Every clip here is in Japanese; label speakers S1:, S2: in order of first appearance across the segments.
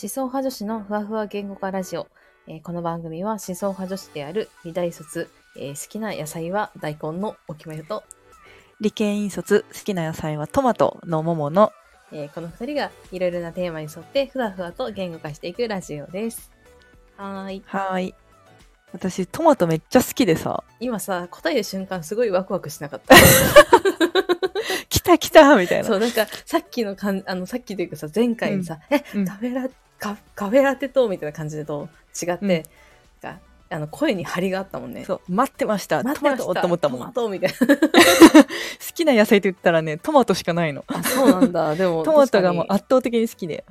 S1: 思想派女子のふわふわ言語化ラジオ、えーこの番組は思想派女子である美大卒、えー好きな野菜は大根のおきまよと、
S2: 理系院卒好きな野菜はトマトの桃の
S1: えーこの2人がいろいろなテーマに沿ってふわふわと言語化していくラジオですはーい
S2: はーい私トマトめっちゃ好きでさ
S1: 今さ答える瞬間すごいワクワクしなかった
S2: 来た来たみたい な
S1: そうなんかさっきのかんあのさっきというかさ前回さ、え
S2: うん
S1: カフェラカカフェラテとみたいな感じと違って、
S2: うん
S1: なんかあの声に張りがあったもんね
S2: そう待ってました
S1: 待ってました
S2: トマトと思ったも
S1: トマ
S2: ん好
S1: トみたい
S2: きな野菜と言ったらねトマトしかないの
S1: なそうなんだで も
S2: トマトがも
S1: 確
S2: う
S1: かに
S2: 圧倒的に好きで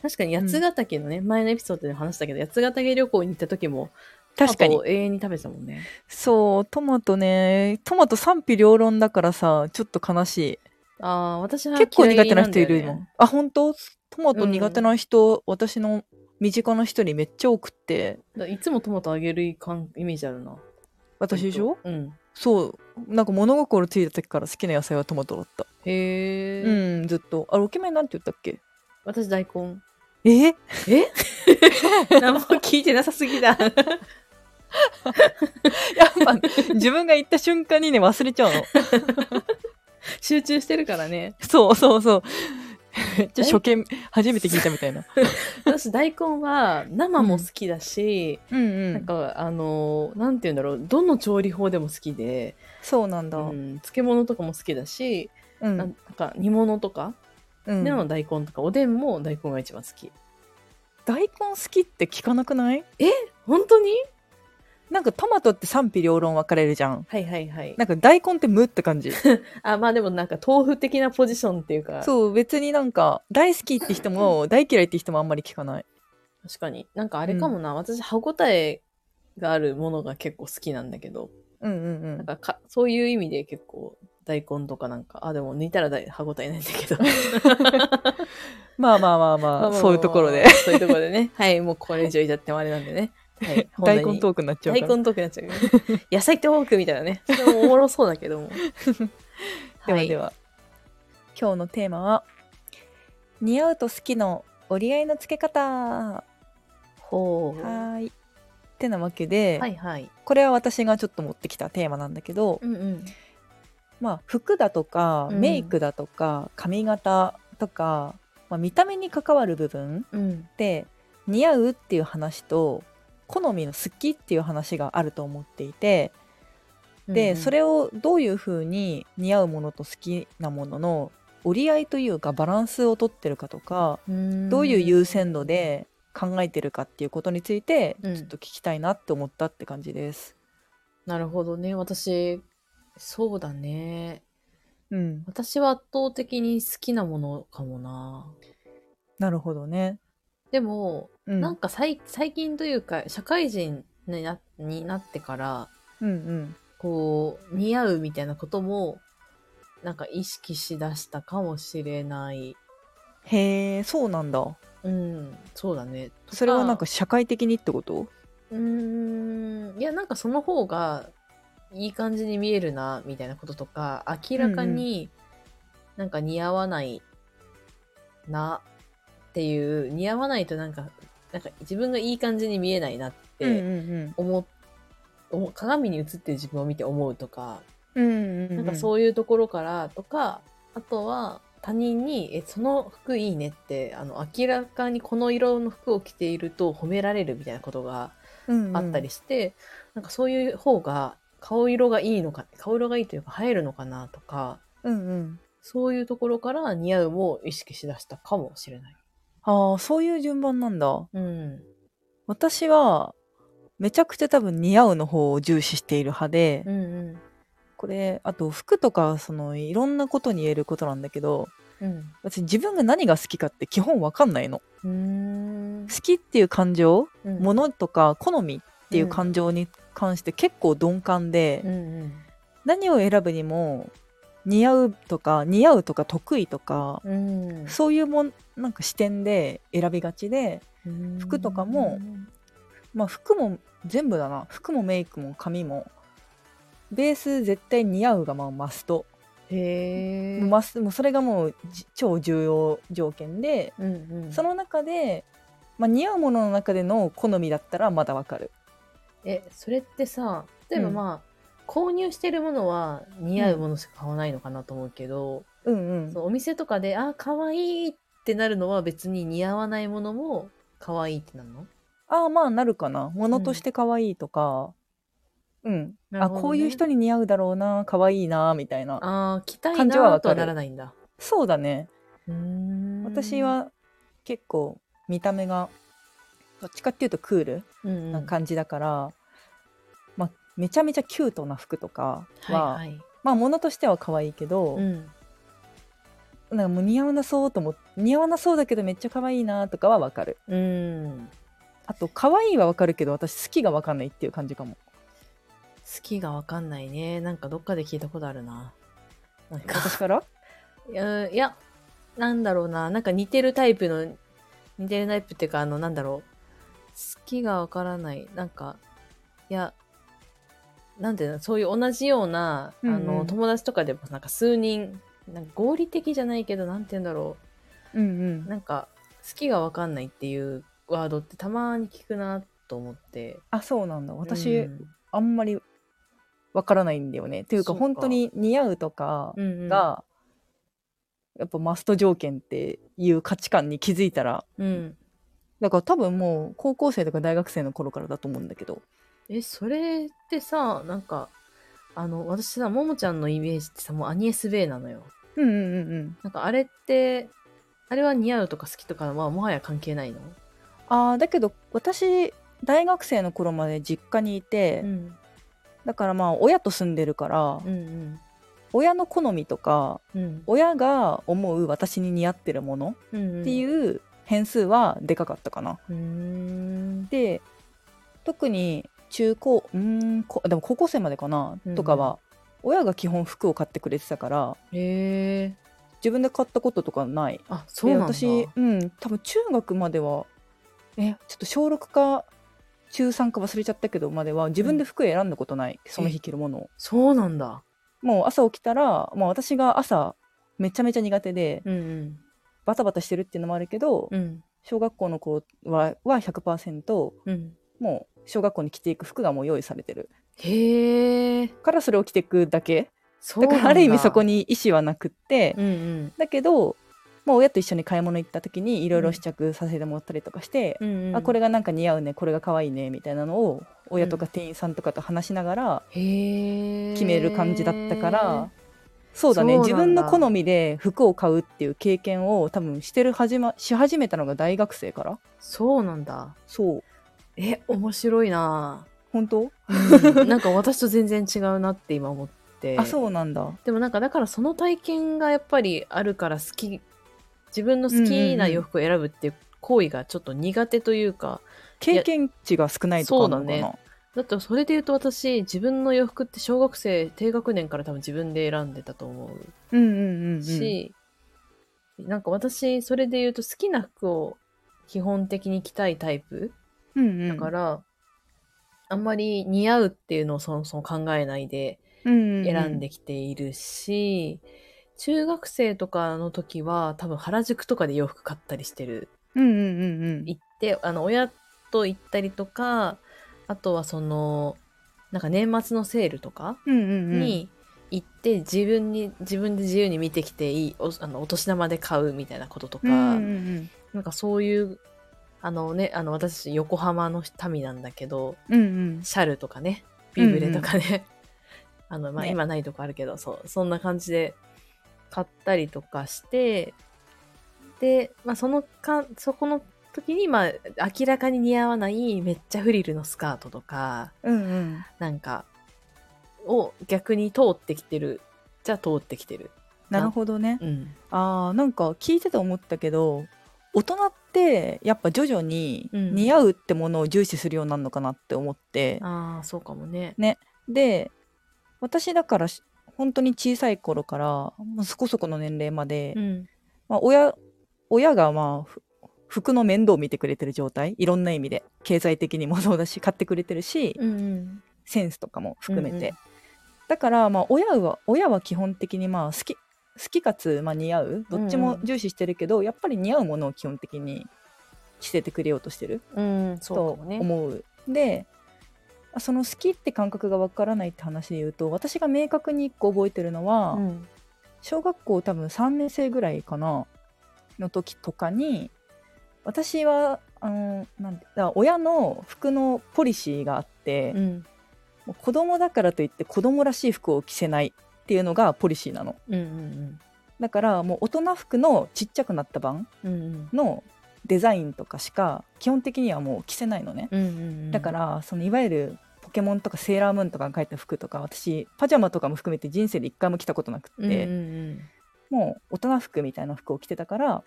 S1: 確かに八ヶ岳のね、前のエピソードで話したけど八ヶ岳旅行に行った時も
S2: 確
S1: ト
S2: か
S1: マ
S2: に
S1: トを永遠に食べてたもんね
S2: そうトマトねトマト賛否両論だからさちょっと悲しい
S1: ああ私は
S2: 結構
S1: 嫌
S2: 苦
S1: い
S2: 手
S1: んだ
S2: な
S1: よ
S2: 人いる
S1: ね
S2: もん、あ本当トマト苦手な人、私の身近な人にめっちゃ多くって
S1: だいつもトマトあげる感イメージあるな
S2: 私でしょ
S1: うん
S2: そうなんか物心ついた時から好きな野菜はトマトだった
S1: へえ、
S2: うんずっとあれお決めなんて言ったっけ
S1: 私大根
S2: え
S1: え何も聞いてなさすぎだ
S2: やっぱ自分が言った瞬間にね忘れちゃうの
S1: 集中してるからね
S2: そうそうそうめっ ちゃ
S1: え
S2: 初見初めて聞いたみたいな
S1: 私大根は生も好きだし、
S2: うんう
S1: なんかあのーなんて言うんだろうどの調理法でも好きで、
S2: そうなんだ
S1: う
S2: うん、
S1: ん、漬物とかも好きだし、
S2: うん
S1: なんか煮物とかでも大根とかおでんも大根が一番好き
S2: 大根好きって聞かなくない
S1: 本当に
S2: なんかトマトって賛否両論分かれるじゃん
S1: はいはいはい
S2: なんか大根って無って感じ
S1: あまあでもなんか豆腐的なポジションっていうか
S2: そう別になんか大好きって人も大嫌いって人もあんまり聞かない
S1: 確かになんかあれかもな、私歯ごたえがあるものが結構好きなんだけど
S2: うんうんう
S1: な ん
S2: ん
S1: かかそういう意味で結構大根とかなんかあでも煮たら大歯ごたえないんだけど
S2: まあまあま あ
S1: まあま
S2: ま
S1: あ
S2: あ
S1: まあ
S2: そういうところで
S1: そういうところでね はいもうこれ以上至ってもあれなんでね、はい、
S2: 大根
S1: ー
S2: トークになっちゃう
S1: 大
S2: から
S1: 根トークになっちゃうけど 野菜トークみたいなねそれもおもろそうだけど も
S2: ではでは、今日のテーマは似合うと好きの折り合いのつけ方は
S1: ほうは
S2: ーいってなわけで、
S1: いはい
S2: これは私がちょっと持ってきたテーマなんだけど、
S1: うんうん
S2: まあ服だとか
S1: うん
S2: メイクだとか髪型とか、まあ、見た目に関わる部分
S1: うん
S2: って似合うっていう話と好みの好きっていう話があると思っていて、で、それをどういうふうに似合うものと好きなものの折り合いというかバランスをとってるかとか、ど
S1: ど
S2: ういう優先度で考えてるかっていうことについて、
S1: うん
S2: ちょっと聞きたいなって思ったって感じです。
S1: なるほどね私そうだね
S2: うん、
S1: 私は圧倒的に好きなものかもな
S2: なるほどね。
S1: でも、
S2: うん、
S1: なんかさい最近というか社会人になになってから
S2: うんうん、
S1: こう似合うみたいなこともなんか意識しだしたかもしれない
S2: へえ、そうなんだ。
S1: うんそうだねと
S2: それはなんか社会的にってこと？
S1: うーんいやなんかその方がいい感じに見えるなみたいなこととか明らかになんか似合わないなっていう、似合わないとなんかなんか自分がいい感じに見えないなっ
S2: う
S1: て
S2: ん
S1: 思っ、思う鏡に映ってる自分を見て思うとか、
S2: うんうん、うんうん、
S1: なんか
S2: う
S1: そういうところからとかあとは他人に「えその服いいね」ってあの明らかにこの色の服を着ていると褒められるみたいなことが
S2: ん
S1: あったりして、なんかそういう方が顔色がいいのか顔色がいいというか映えるのかなとか
S2: うんうん。
S1: そういうところから似合うも意識しだしたかもしれない。
S2: ああ、そういう順番なんだ。
S1: うん
S2: 私はめちゃくちゃ多分似合うの方を重視している派で、
S1: うんうん
S2: これあと服とかそのいろんなことに言えることなんだけど
S1: うん
S2: 私自分が何が好きかって基本わかんないの
S1: うーん
S2: 好きっていう感情、
S1: うん
S2: ものとか好みっていう感情に関して結構鈍感で、
S1: うんうん
S2: 何を選ぶにも似合うとか似合うとか得意とか、
S1: うん
S2: そういうもんなんか視点で選びがちで
S1: うん
S2: 服とかもまあ服も全部だな服もメイクも髪もベース絶対似合うがまあマスト、
S1: へえ
S2: もうマスもうそれがもうじ超重要条件で、
S1: うんうん
S2: その中でまあ、似合うものの中での好みだったらまだわかる
S1: えそれってさ例えば
S2: うん
S1: まあ、購入してるものは似合うものしか買わないのかなと思うけど、
S2: うんうん
S1: そのお店とかで「あ可愛いってなるのは別に似合わないものも可愛いってなるの
S2: ああまあなるかなものとして可愛いとかうん、
S1: なる
S2: あ
S1: ほどね
S2: こういう人に似合うだろうな可愛いなみたいな
S1: ああ着たい
S2: 感じは
S1: な
S2: わ
S1: ーと
S2: か
S1: は
S2: る
S1: ならないんだ
S2: そうだね
S1: うーん
S2: 私、は結構見た目がどっちかっていうとクール
S1: うんうん、
S2: な感じだから、まあ、めちゃめちゃキュートな服とかは、
S1: はいはい、
S2: まあ物としては可愛いけど、
S1: うん、
S2: なんかもう似合わなそうと思って似合わなそうだけどめっちゃ可愛いなとかはわかる
S1: うん、
S2: あと可愛いはわかるけど私好きがわかんないっていう感じかも
S1: 好きがわかんないねなんかどっかで聞いたことあるななんか
S2: 私から
S1: いやいやなんだろうななんか似てるタイプの似てるタイプっていうかあのなんだろう好きがわからないなんかいやなんていうのそういう同じような、
S2: うんうん
S1: あの友達とかでもなんか数人なんか合理的じゃないけどなんて言うんだろ
S2: うん
S1: うなんか好きがわかんないっていうワードってたまに聞くなと思って
S2: あそうなんだ私、
S1: うん
S2: あんまりわからないんだよねっていう
S1: そ
S2: か
S1: うか
S2: 本当に似合うとか
S1: うんうん
S2: が、やっぱマスト条件っていう価値観に気づいたら
S1: うん、
S2: だから多分もう高校生とか大学生の頃からだと思うんだけど
S1: えそれってさなんかあの私さももちゃんのイメージってさもうアニエス・ベイなのよ
S2: うんうんうんうん
S1: なんかあれってあれは似合うとか好きとかはもはや関係ないの
S2: あーだけど私大学生の頃まで実家にいて、
S1: ん
S2: だからまあ親と住んでるから、
S1: うん
S2: 親の好みとか
S1: うんうん
S2: 親が思う私に似合ってるもの
S1: うん
S2: って
S1: う
S2: いう変数はでかかったかな。
S1: ーん
S2: で特に中高うーんこでも高校生までかな、
S1: うん
S2: とかは親が基本服を買ってくれてたから
S1: へえ
S2: 自分で買ったこととかない
S1: あそうなんだ
S2: で私、うん、多分中学まではえちょっと小6か中3か忘れちゃったけどまでは自分で服選んだことない、その日着るものを
S1: そうなんだ
S2: もう朝起きたら、まあ、私が朝めちゃめちゃ苦手で
S1: うん
S2: バタバタしてるっていうのもあるけど、
S1: うんうん
S2: 小学校の頃はは100%
S1: うん
S2: もう小学校に着ていく服がもう用意されてる
S1: へえ
S2: からそれを着ていくだけ
S1: そう
S2: だ
S1: なん
S2: か
S1: だ
S2: らある意味そこに意思はなくって、
S1: うんうん
S2: だけど、まあ、親と一緒に買い物行った時にいろいろ試着させてもらったりとかして、
S1: うんうん
S2: あこれがなんか似合うねこれが可愛いねみたいなのを親とか店員さんとかと話しながら
S1: へえ
S2: 決める感じだったから、そうだね
S1: そうなんだ
S2: 自分の好みで服を買うっていう経験を多分してる始、ま、し始めたのが大学生から
S1: そうなんだ
S2: そう
S1: え面白いな
S2: 本当、
S1: うんなんか私と全然違うなって今思って
S2: あそうなんだ
S1: でもなんかだからその体験がやっぱりあるから好き自分の好きな洋服を選ぶっていう行為がちょっと苦手というか、
S2: 経験値が少ないとかあるのかな
S1: そうだねだってそれで言うと私自分の洋服って小学生低学年から多分自分で選んでたと思
S2: うんうんうんうん
S1: うし、なんか私それで言うと好きな服を基本的に着たいタイプ
S2: うんうん
S1: だから、あんまり似合うっていうのをそもそも考えないで選んできているし、中学生とかの時は多分原宿とかで洋服買ったりしてる
S2: うんうんうんうん
S1: 行ってあの親と行ったりとかあとはそのなんか年末のセールとか
S2: うんうんうん
S1: に行って自分に、自分で自由に見てきていいおあのお年玉で買うみたいなこととか、
S2: うんうんうん
S1: なんかそういうあのねあの私横浜の民なんだけど
S2: うんうん
S1: シャルとかねビブレとかね、 あのまあ
S2: ね
S1: 今ないとこあるけど、そうそんな感じで買ったりとかしてで、まあ、そのかそこの時にまあ明らかに似合わないめっちゃフリルのスカートとか
S2: うんうん
S1: なんかを逆に通ってきてるじゃあ通ってきてる、
S2: なるほどね
S1: うん、
S2: あーなんか聞いてて思ったけど大人ってやっぱ徐々に
S1: うん
S2: 似合うってものを重視するようになるのかなって思って、
S1: ああそうかもね
S2: で私だからし本当に小さい頃からもうそこそこの年齢まで、
S1: うん
S2: まあ、親親がまあふ服の面倒を見てくれてる状態いろんな意味で経済的にもそうだし買ってくれてるし、
S1: うんうん
S2: センスとかも含めて、
S1: うんうん
S2: だからまあ親は親は基本的にまあ好き好きかつまあ似合うどっち
S1: うん
S2: も
S1: うん
S2: 重視してるけど、やっぱり似合うものを基本的に着せてくれようとしてる
S1: うん、そう
S2: と
S1: かもね。
S2: 思う。であその好きって感覚がわからないって話で言うと私が明確に1個覚えてるのは、
S1: うん
S2: 小学校多分3年生ぐらいかなの時とかに私はあのなんてあ親の服のポリシーがあって、
S1: うん
S2: もう子供だからといって子供らしい服を着せないっていうのがポリシーなの
S1: うんうん
S2: だからもう大人服のちっちゃくなった版
S1: うんうん
S2: のデザインとかしか基本的にはもう着せないのね、
S1: うんうん
S2: だからそのいわゆるポケモンとかセーラームーンとかが描いた服とか私パジャマとかも含めて人生で一回も着たことなくって、
S1: うんうん
S2: もう大人服みたいな服を着てたから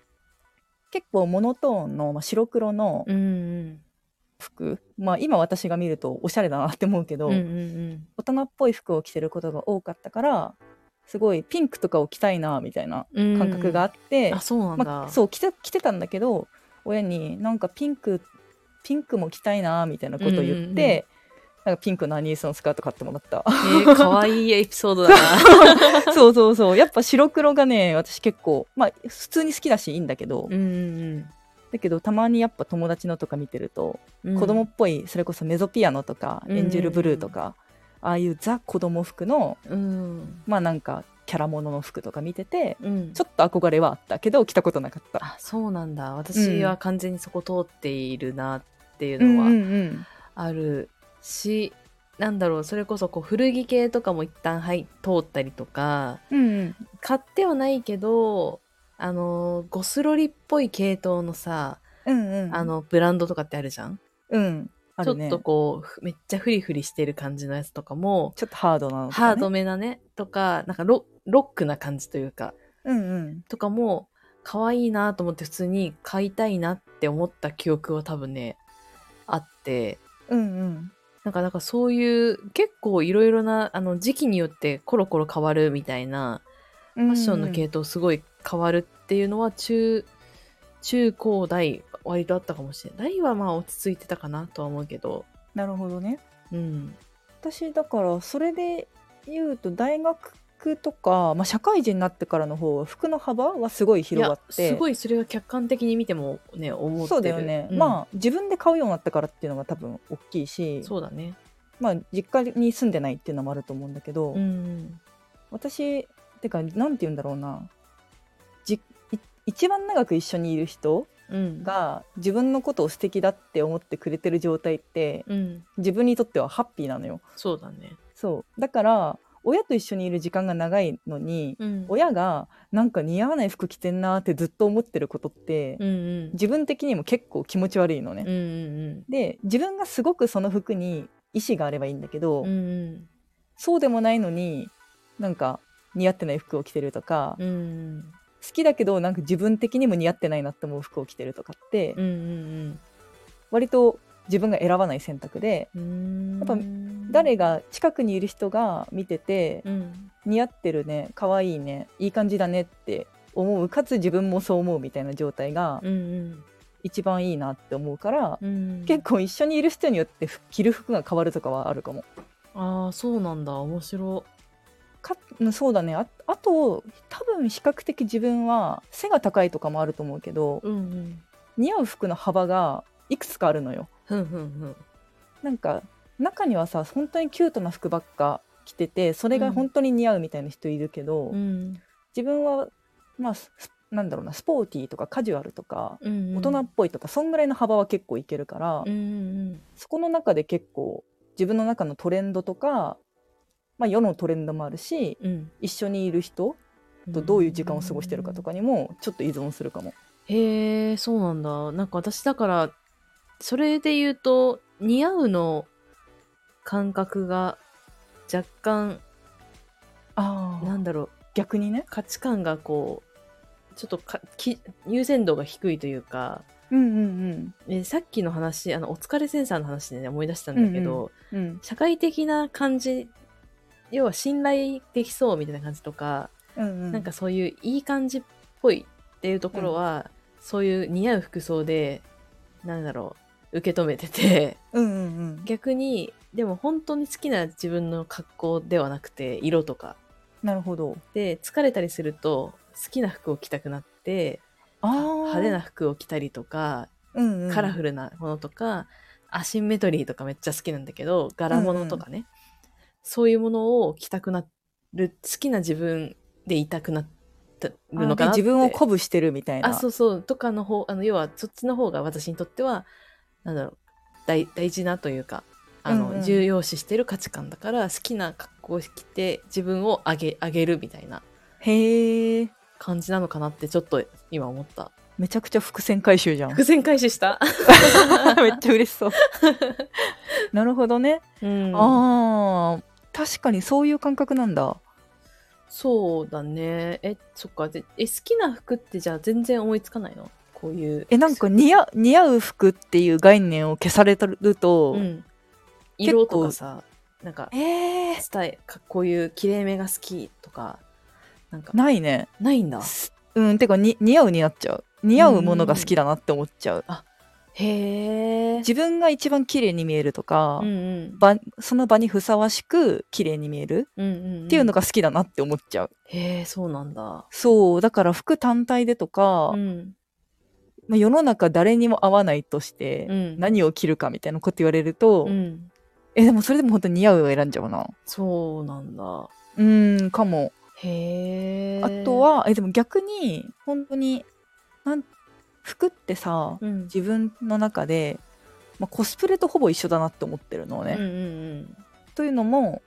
S2: 結構モノトーンの、まあ、白黒の
S1: うんうん
S2: 服、まあ今私が見るとおしゃれだなって思うけど、
S1: うんうん
S2: 大人っぽい服を着てることが多かったからすごいピンクとかを着たいなみたいな
S1: うん
S2: 感覚があ
S1: っ
S2: って、
S1: あそうなんだ、
S2: まあ、そう 着て着てたんだけど親になんかピンクピンクも着たいなみたいなことを言って、
S1: うんうんうん
S2: なんかピンクのアニーソンスカート買ってもらった。
S1: えー、かわいいエピソードだな
S2: そうそうそう。やっぱ白黒がね、私結構、まあ普通に好きだしいいんだけど、
S1: うんうん
S2: だけどたまにやっぱ友達のとか見てると、
S1: うん
S2: 子供っぽいそれこそメゾピアノとか、
S1: うん
S2: エンジェルブルーとかああいうザ子供服の
S1: うん
S2: まあなんかキャラものの服とか見てて
S1: うん
S2: ちょっと憧れはあったけど着たことなかった。
S1: あそうなんだ私は完全にそこ通っているなっていううんの
S2: う
S1: は
S2: んうん
S1: あるし、なんだろうそれこそこう古着系とかも一旦はい通ったりとか
S2: うんうん
S1: 買ってはないけどあのゴスロリっぽい系統のさ、
S2: うんうん
S1: あのブランドとかってあるじゃん、
S2: うんあるね
S1: ちょっとこうふめっちゃフリフリしてる感じのやつとかも
S2: ちょっとハードなのとかね
S1: ハードめなねとかなんかロロックな感じというか
S2: うんうん
S1: とかも可愛いなと思って普通に買いたいなって思った記憶は多分ねあって
S2: うんうん
S1: なんかなんかそういう結構いろいろなあの時期によってコロコロ変わるみたいな
S2: フ
S1: ファッションの系統すごい変わるっていうのは中中高大割とあったかもしれない大はまあ落ち着いてたかなとは思うけど
S2: なるほどね
S1: うん
S2: 私だからそれで言うと大学とか、まあ、社会人になってからの方は服の幅はすごい広がって
S1: いやすごいそれが客観的に見てもね思ってる
S2: そうだよね、
S1: うん
S2: まあ自分で買うようになったからっていうのが多分大きいし、
S1: そうだね
S2: まあ、実家に住んでないっていうのもあると思うんだけど、
S1: うん
S2: 私てかなんて言うんだろうなじい一番長く一緒にいる人
S1: うん
S2: が自分のことを素敵だって思ってくれてる状態って
S1: うん
S2: 自分にとってはハッピーなのよ。
S1: そうだね
S2: そうだから親と一緒にいる時間が長いのに、
S1: うん
S2: 親がなんか似合わない服着てんなーってずっと思ってることって、
S1: うんうん
S2: 自分的にも結構気持ち悪いのね。
S1: うんうん
S2: で自分がすごくその服に意思があればいいんだけど、
S1: うんうん
S2: そうでもないのになんか似合ってない服を着てるとか、
S1: うんうん
S2: 好きだけどなんか自分的にも似合ってないなって思う服を着てるとかって、
S1: うんうん
S2: 割と自分が選ばない選択で、
S1: うん
S2: やっぱ誰が近くにいる人が見てて、
S1: うん
S2: 似合ってるね可愛いねいい感じだねって思うかつ自分もそう思うみたいな状態が
S1: うん
S2: 一番いいなって思うから、
S1: うん
S2: 結構一緒にいる人によって服着る服が変わるとかはあるかも。
S1: ああそうなんだ面白
S2: かうんそうだねああと多分比較的自分は背が高いとかもあると思うけど
S1: うんうん
S2: 似合う服の幅がいくつかあるのよ
S1: ふんふんふん
S2: なんか中にはさ本当にキュートな服ばっか着ててそれ
S1: う
S2: が
S1: ん
S2: 本当に似合うみたいな人いるけど、
S1: うん
S2: 自分はまあすなんだろうなスポーティーとかカジュアルとか
S1: うんうん
S2: 大人っぽいとか、そんぐらいの幅は結構いけるから、
S1: うんうん
S2: そこの中で結構自分の中のトレンドとか、まあ、世のトレンドもあるし
S1: うん
S2: 一緒にいる人
S1: うん
S2: とどういう時間を過ごしてるかとかにもちょっと依存するかも。
S1: へえそうなんだなんか私だからそれで言うと似合うの感覚が若干
S2: あ
S1: なんだろう
S2: 逆にね。
S1: 価値観がこうちょっとかき優先度が低いというか、
S2: うんうん
S1: ね、さっきの話あのお疲れセンサーの話でね思い出したんだけど、
S2: うん。うん
S1: 社会的な感じ要は信頼できそうみたいな感じとか、
S2: うん
S1: なんかそういういい感じっぽいっていうところは、そういう似合う服装でなんだろう受け止めてて
S2: うんうんうん。
S1: 逆にでも本当に好きな自分の格好ではなくて色とか
S2: なるほど。
S1: で疲れたりすると好きな服を着たくなって
S2: ああ。
S1: 派手な。服を着たりとか
S2: うんうん、
S1: カラフルなものとか、アシンメトリーとかめっちゃ好きなんだけど、柄物とかね、そういうものを着たくなる、好きな自分でいたくなってる
S2: あ
S1: の
S2: で
S1: かなって。
S2: 自分を鼓舞してるみたいな
S1: あ、そうそう、とかの方、あの、要はそっちの方が私にとっては、なんだろう、大大事なというか、あの、
S2: うんうん
S1: 重要視してる価値観だから、好きな格好を着て自分を上げ、上げるみたいな
S2: へえ
S1: 感じなのかなってちょっと今思った。
S2: めちゃくちゃ伏線回収じゃんめ
S1: 伏
S2: っ
S1: 線回収した。
S2: ちゃ嬉しそうなるほどね、
S1: うん
S2: ああ確かにそういう感覚なんだ
S1: そうだね。え、そっか。でえ、好きな服ってじゃあ全然思いつかないのこういう。
S2: えなんか似合似合う服っていう概念を消されてると、
S1: うん、
S2: 結構
S1: 色とかさ、なんか、
S2: えー
S1: スタイル、かこういう綺麗めが好きとか、なんか、
S2: ないね
S1: ないんだ。
S2: うんてかに似合うになっちゃう似合うものが好きだなって思っちゃう、
S1: へえ。
S2: 自分が一番綺麗に見えるとか、
S1: うんうん
S2: 場その場にふさわしく綺麗に見える
S1: うんうんうん、
S2: っていうのが好きだなって思っちゃう、
S1: へえそうなんだ。
S2: そうだから服単体でとか、
S1: ん
S2: まあ世の中誰にも合わないとして、
S1: うん
S2: 何を着るかみたいなこと言われると、
S1: うん、
S2: えでもそれでも本当に似合うを選んじゃうな
S1: そうなんだ。
S2: うんかも
S1: へえ。
S2: あと、はえでも逆に本当になん服ってさ、
S1: うん、
S2: 自分の中で、まあ、コスプレとほぼ一緒だなって思ってるのね、
S1: うんうん
S2: というのも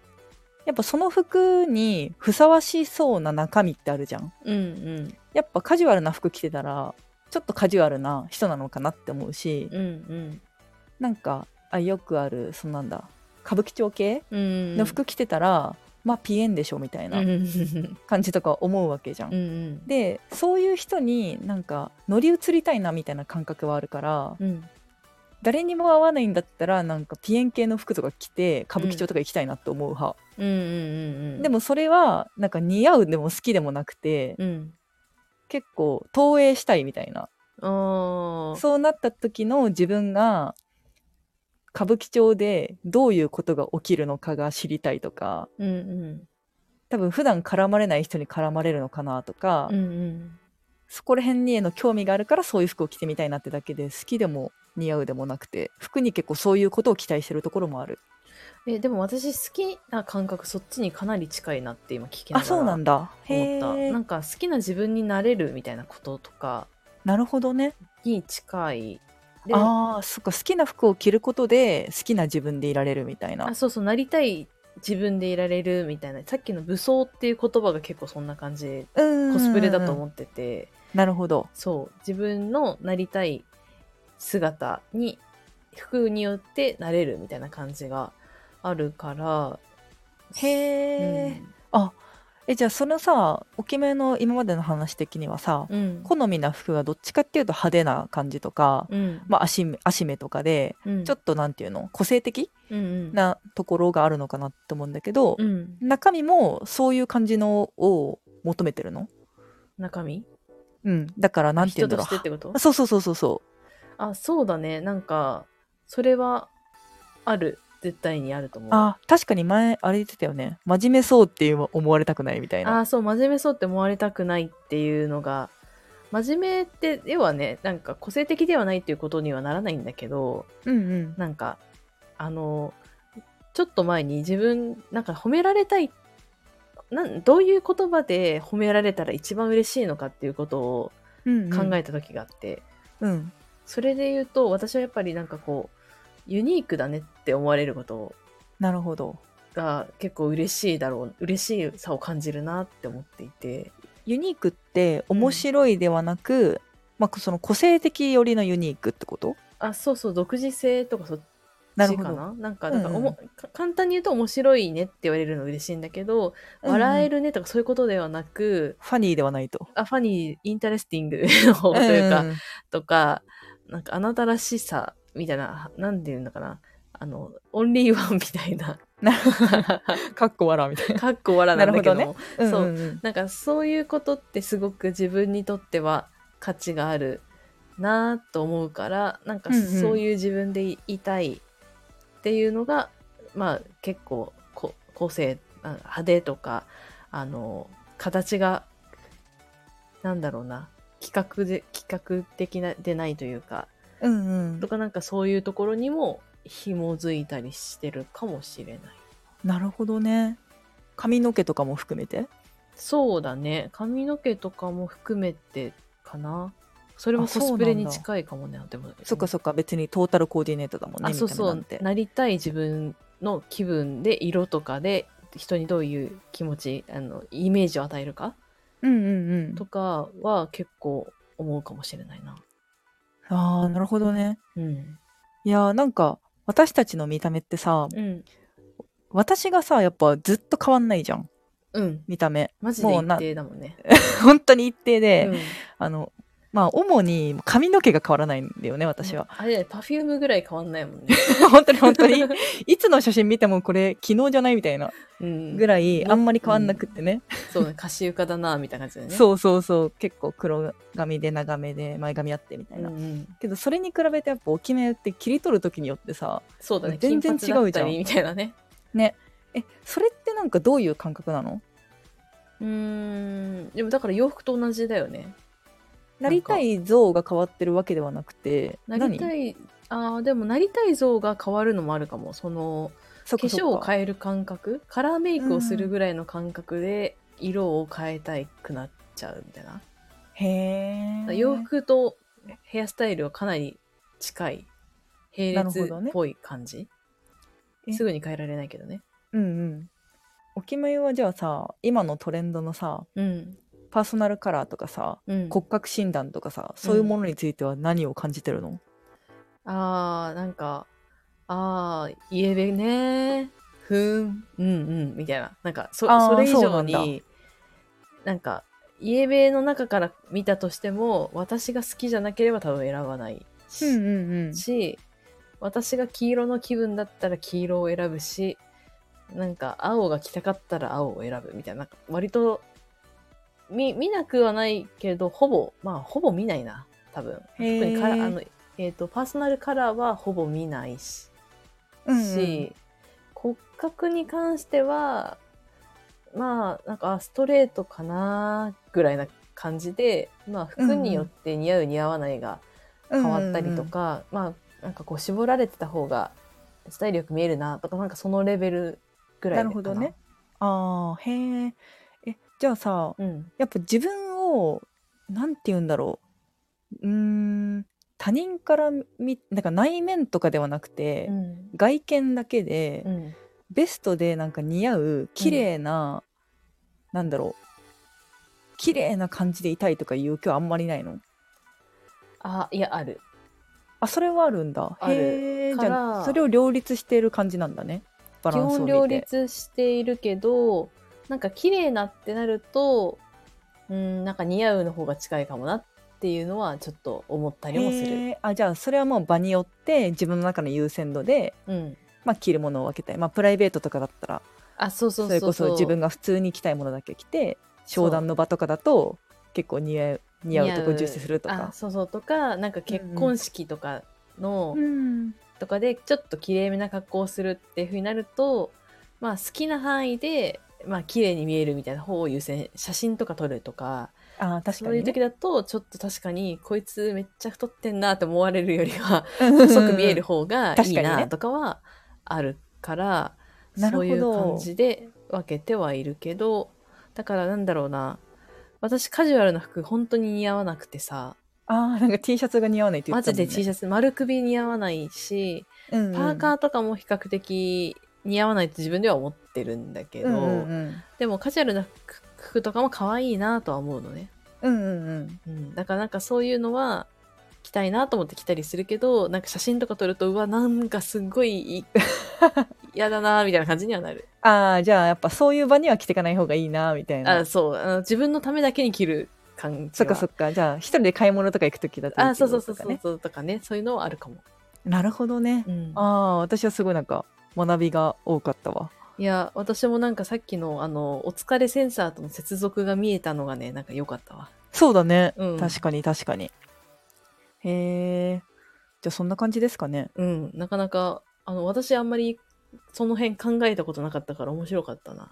S2: やっぱその服にふさわしそうな中身ってあるじゃん
S1: うんうん
S2: やっぱカジュアルな服着てたらちょっとカジュアルな人なのかなって思うし
S1: うんうん
S2: なんかあよくあるそんなんだ歌舞伎町系
S1: うんうん
S2: の服着てたら、まあピエンでしょみたい
S1: うん
S2: な
S1: うん
S2: 感じとか思うわけじゃん。
S1: うんうん
S2: でそういう人になんか乗り移りたいなみたいな感覚はあるから
S1: うん
S2: 誰にも合わないんだったらなんかピエン系の服とか着て歌舞伎町とか行きたいなって思う派、
S1: うんうんうん
S2: でもそれはなんか似合うでも好きでもなくて、
S1: うん
S2: 結構投影したいみたいな
S1: ああ
S2: そうなった時の自分が歌舞伎町でどういうことが起きるのかが知りたいとか
S1: うんうん
S2: 多分普段絡まれない人に絡まれるのかなとか、
S1: うんうん
S2: そこら辺にへの興味があるからそういう服を着てみたいなってだけで好きでも似合うでもなくて服に結構そういうことを期待してるところもある
S1: えでも私好きな感覚そっちにかなり近いなって今聞きなが
S2: あ
S1: ら
S2: そうなんだ
S1: 思
S2: へ
S1: った
S2: え
S1: なんか好きな自分になれるみたいなこととか
S2: なるほどね
S1: に近いで
S2: あーそっか好きな服を着ることで好きな自分でいられるみたいな
S1: あそうそうなりたい自分でいられるみたいなさっきの武装っていう言葉が結構そんな感じコ
S2: コ
S1: スプレだと思
S2: う
S1: ってて、
S2: なるほど
S1: そう自分のなりたい姿に服によってなれるみたいな感じがあるから
S2: へ
S1: う
S2: え、
S1: ん
S2: えじゃあそのさおきめの今までの話的にはさ、
S1: うん
S2: 好みな服がどっちかっていうと派手な感じとか、
S1: うん
S2: まあ足目足目とかで、
S1: うん
S2: ちょっとなんていうの個性的
S1: うんうん
S2: なところがあるのかなって思うんだけど
S1: う、ん
S2: 中身もそういう感じのを求めてるの
S1: 中身
S2: うんだからなんていうん
S1: 人
S2: だ
S1: として
S2: ろう
S1: ってこと
S2: あそうそうそうそうそ
S1: あそうだねなんかそれはある絶対にあると思
S2: う
S1: う
S2: あ確かに前あれ言ってたよね真面目そうっていう思われたくないみたいな
S1: あーそう真面目そうって思われたくないっていうのが真面目って要はねなんか個性的ではないっていうことにはならないんだけど
S2: うんうん
S1: なんかあのちょっと前に自分なんか褒められたいなんどういう言葉で褒められたら一番嬉しいのかっていうことを
S2: うんうん
S1: 考えた時があって、
S2: うん
S1: それで言うと私はやっぱりなんかこうユニークだねって思われること
S2: なるほど
S1: が結構嬉しいだろう嬉しさを感じるなって思っていて
S2: ユニークって面白いではなく、まあ、その個性的寄りのユニークってこと
S1: あそうそう独自性とかそっ
S2: な
S1: ち
S2: るほ
S1: か
S2: ど。
S1: ななんかだからおも
S2: うん
S1: か簡単に言うと面白いねって言われるの嬉しいんだけど、笑え
S2: る。
S1: るねとかそういうことではなく
S2: ファニーではないと。
S1: あファニーインタレスティング の方というか、
S2: ん ん
S1: とかなんかあなたらしさみたいななんていうのかなあのオンリーワンみたいな
S2: かっこ笑うみたいな。
S1: かっこ笑なんだけど
S2: なる
S1: も
S2: ほ
S1: そうん
S2: んん
S1: なんかそういうことってすごく自分にとっては価値があるなと思うからなんか
S2: うんうん
S1: そういう自分でいいたいっていうのが、まあ結構こ個性あ派手とかあの形がなんだろうな企画で企画的なでないというか
S2: うんうん
S1: とかなんかそういうところにも紐づいたりしてるかもしれない。
S2: なるほどね髪の毛とかも含めて
S1: そうだね髪の毛とかも含めてかなそれも
S2: あ
S1: コ
S2: そ
S1: ス
S2: うなんだ
S1: プレに近いかもねでも
S2: そっかそっか別にトータルコーディネートだもんね
S1: あそうそう
S2: 見た目なんて
S1: なりたい自分の気分で色とかで人にどういう気持ちあのイメージを与えるか
S2: うんうんうん
S1: とかは結構思うかもしれないな。
S2: ああなるほどね
S1: うん、
S2: いやーなんか私たちの見た目ってさ
S1: うん、
S2: 私がさやっぱずっと変わんないじゃん
S1: うん、
S2: 見た目
S1: マジで
S2: もうな
S1: 一定だもんね。
S2: 本当に一定で、
S1: うん。
S2: あのまあ主に髪の毛が変わらないんだよね私は
S1: あれだよパフュームぐらい変わんないもんね。
S2: 本当に 本当 にいつの写真見てもこれ昨日じゃないみたいな
S1: うん、
S2: ぐ
S1: らい
S2: らいあんまり変わんなくってね、
S1: そうね歌詞床だなみたいな感じだよね。
S2: そうそうそう結構黒髪で長めで前髪あってみた
S1: う
S2: い
S1: んう
S2: な、
S1: ん、
S2: けどそれに比べてやっぱお決めって切り取る時によってさ
S1: そうだね
S2: 全然違うじゃん
S1: 金髪だったりみたいなね。
S2: えそれってなんかどういう感覚なの
S1: うーんでもだから洋服と同じだよね。
S2: なりたい像が変わってるわけではなくて
S1: なりた
S2: 何
S1: いあーでもなりたい像が変わるのもあるかもその
S2: そっ
S1: 化
S2: かそっ
S1: 粧
S2: か
S1: を変える感覚カラーメイクをするぐらいの感覚で色を変えたいくなっちゃうみたいな、だか
S2: へ
S1: ら
S2: え
S1: 洋服とヘアスタイルはかなり近い並列
S2: なるほどね
S1: っぽい感じ、
S2: え
S1: すぐに変えられないけどね
S2: うんうんお決めはじゃあさ今のトレンドのさ
S1: うん
S2: パーソナルカラーとかさ
S1: うん
S2: 骨格診断とかさそういうものについては何を感じてるの、
S1: あーなんかあー家でねふーんうんうんみたいななんかそ
S2: あー
S1: それ以
S2: そうな
S1: 上
S2: んだ
S1: になんか家べの中から見たとしても私が好きじゃなければ多分選ばないし,、
S2: うんうん
S1: し私が黄色の気分だったら黄色を選ぶしなんか青が着たかったら青を選ぶみたいななんか割と見見なくはないけどほぼまあほぼ見ないな多分特
S2: へー
S1: にカラーあの、えー、とパーソナルカラーはほぼ見ないし,、
S2: うんうん
S1: し骨格に関してはまあなんかあストレートかなぐらいな感じで、まあ、服によって似合う似合わないが変わったりとか、まあなんかこう絞られてた方がスタイルよく見えるなとかなんかそのレベルぐらい
S2: なるほどね。ああへえ。えじゃあさ
S1: うん、
S2: やっぱ自分をなんて言うんだろううーん他人から見なんか内面とかではなくて、
S1: うん
S2: 外見だけで、
S1: うん
S2: ベストでなんか似合う綺麗な、なんだろう綺麗な感じでいたいとかいう気はあんまりないの
S1: あいやある
S2: あそれはあるんだ
S1: ある
S2: へえじ
S1: か
S2: ゃ
S1: ら
S2: あそれを両立している感じなんだねバ
S1: 基
S2: ランスを
S1: 本
S2: 見て
S1: 両立しているけどなんか綺麗なってなるとうんなんか似合うの方が近いかもなっていうのはちょっと思ったりもする。
S2: へえあじゃあそれはもう場によって自分の中の優先度で
S1: うん、
S2: まあ、着るものを分けたい、まあ、プライベートとかだったら
S1: あそうそう
S2: そ
S1: そう
S2: れ
S1: そ
S2: こ
S1: う
S2: そ自分が普通に着たいものだけ着て商談の場とかだと結構似合う似合うとこ重視すると
S1: あ
S2: か。
S1: そうそうとかなんか結婚式とかの、
S2: うん
S1: とかでちょっと綺麗めな格好をするっていう風になるとまあ好きな範囲でまあ綺麗に見えるみたいな方を優先写真とか撮るとか
S2: あー確
S1: そ
S2: か
S1: うい
S2: に
S1: う
S2: ね、
S1: 時だとちょっと確かにこいつめっちゃ太ってんなって思われるよりは
S2: うんうんうん
S1: 細く見える方がいい
S2: 確かに
S1: な
S2: ね
S1: とかはあるから
S2: なる
S1: そ
S2: ほ
S1: う
S2: ど
S1: いう感じで分けてはいるけどだからなんだろうな私カジュアルな服本当に似合わなくてさ
S2: あーなんか T シャツが似合わないって言
S1: マ
S2: って
S1: ジで T シャツ丸首似合わないし
S2: ャツ、うんうん
S1: パーカーとかも比較的似合わないって自分では思ってるんだけど、
S2: うんうんうん
S1: でもカジュアルな服服とかも可愛いなとは思うのね、
S2: うんうんうん
S1: うん、だからなんかそういうのは着たいなと思って着たりするけどなんか写真とか撮るとうわなんかすごいい 嫌だなみたいな感じにはなる、
S2: ああじゃあやっぱそういう場には着てかない方がいいなみたいな
S1: あそうあの自分のためだけに着る感じ
S2: そっかそっ
S1: か
S2: かじゃあ一人で買い物とか行く時だといい
S1: あ
S2: け
S1: そう
S2: ど
S1: そうそうそ
S2: とか
S1: う
S2: ね
S1: そうとかねそういうのはあるかも、
S2: なるほどね、
S1: うん、
S2: ああ私はすごいなんか学びが多かったわ
S1: いや私もなんかさっきのあのお疲れセンサーとの接続が見えたのがねなんか良かったわ
S2: そうだね、
S1: うん
S2: 確かに確かにへえじゃあそんな感じですかね
S1: うん、なかなか、あの、私あんまりその辺考えたことなかったから面白かったな。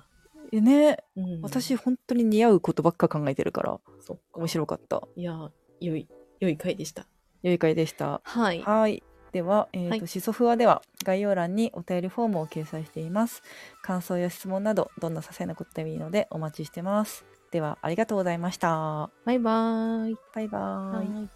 S2: えね、
S1: うん、
S2: 私本当に似合うことばっか考えてるから
S1: そっか
S2: 面白かった
S1: いや、良い、良い回でした。
S2: 良い会でした。
S1: はい。
S2: はい。では、えーと
S1: はい
S2: シソフワでは概要欄にお便りフォームを掲載しています。感想や質問など、どんな些細なことでもいいのでお待ちしてます。では、ありがとうございました。
S1: バイバーイ。
S2: バイバーイ。
S1: はい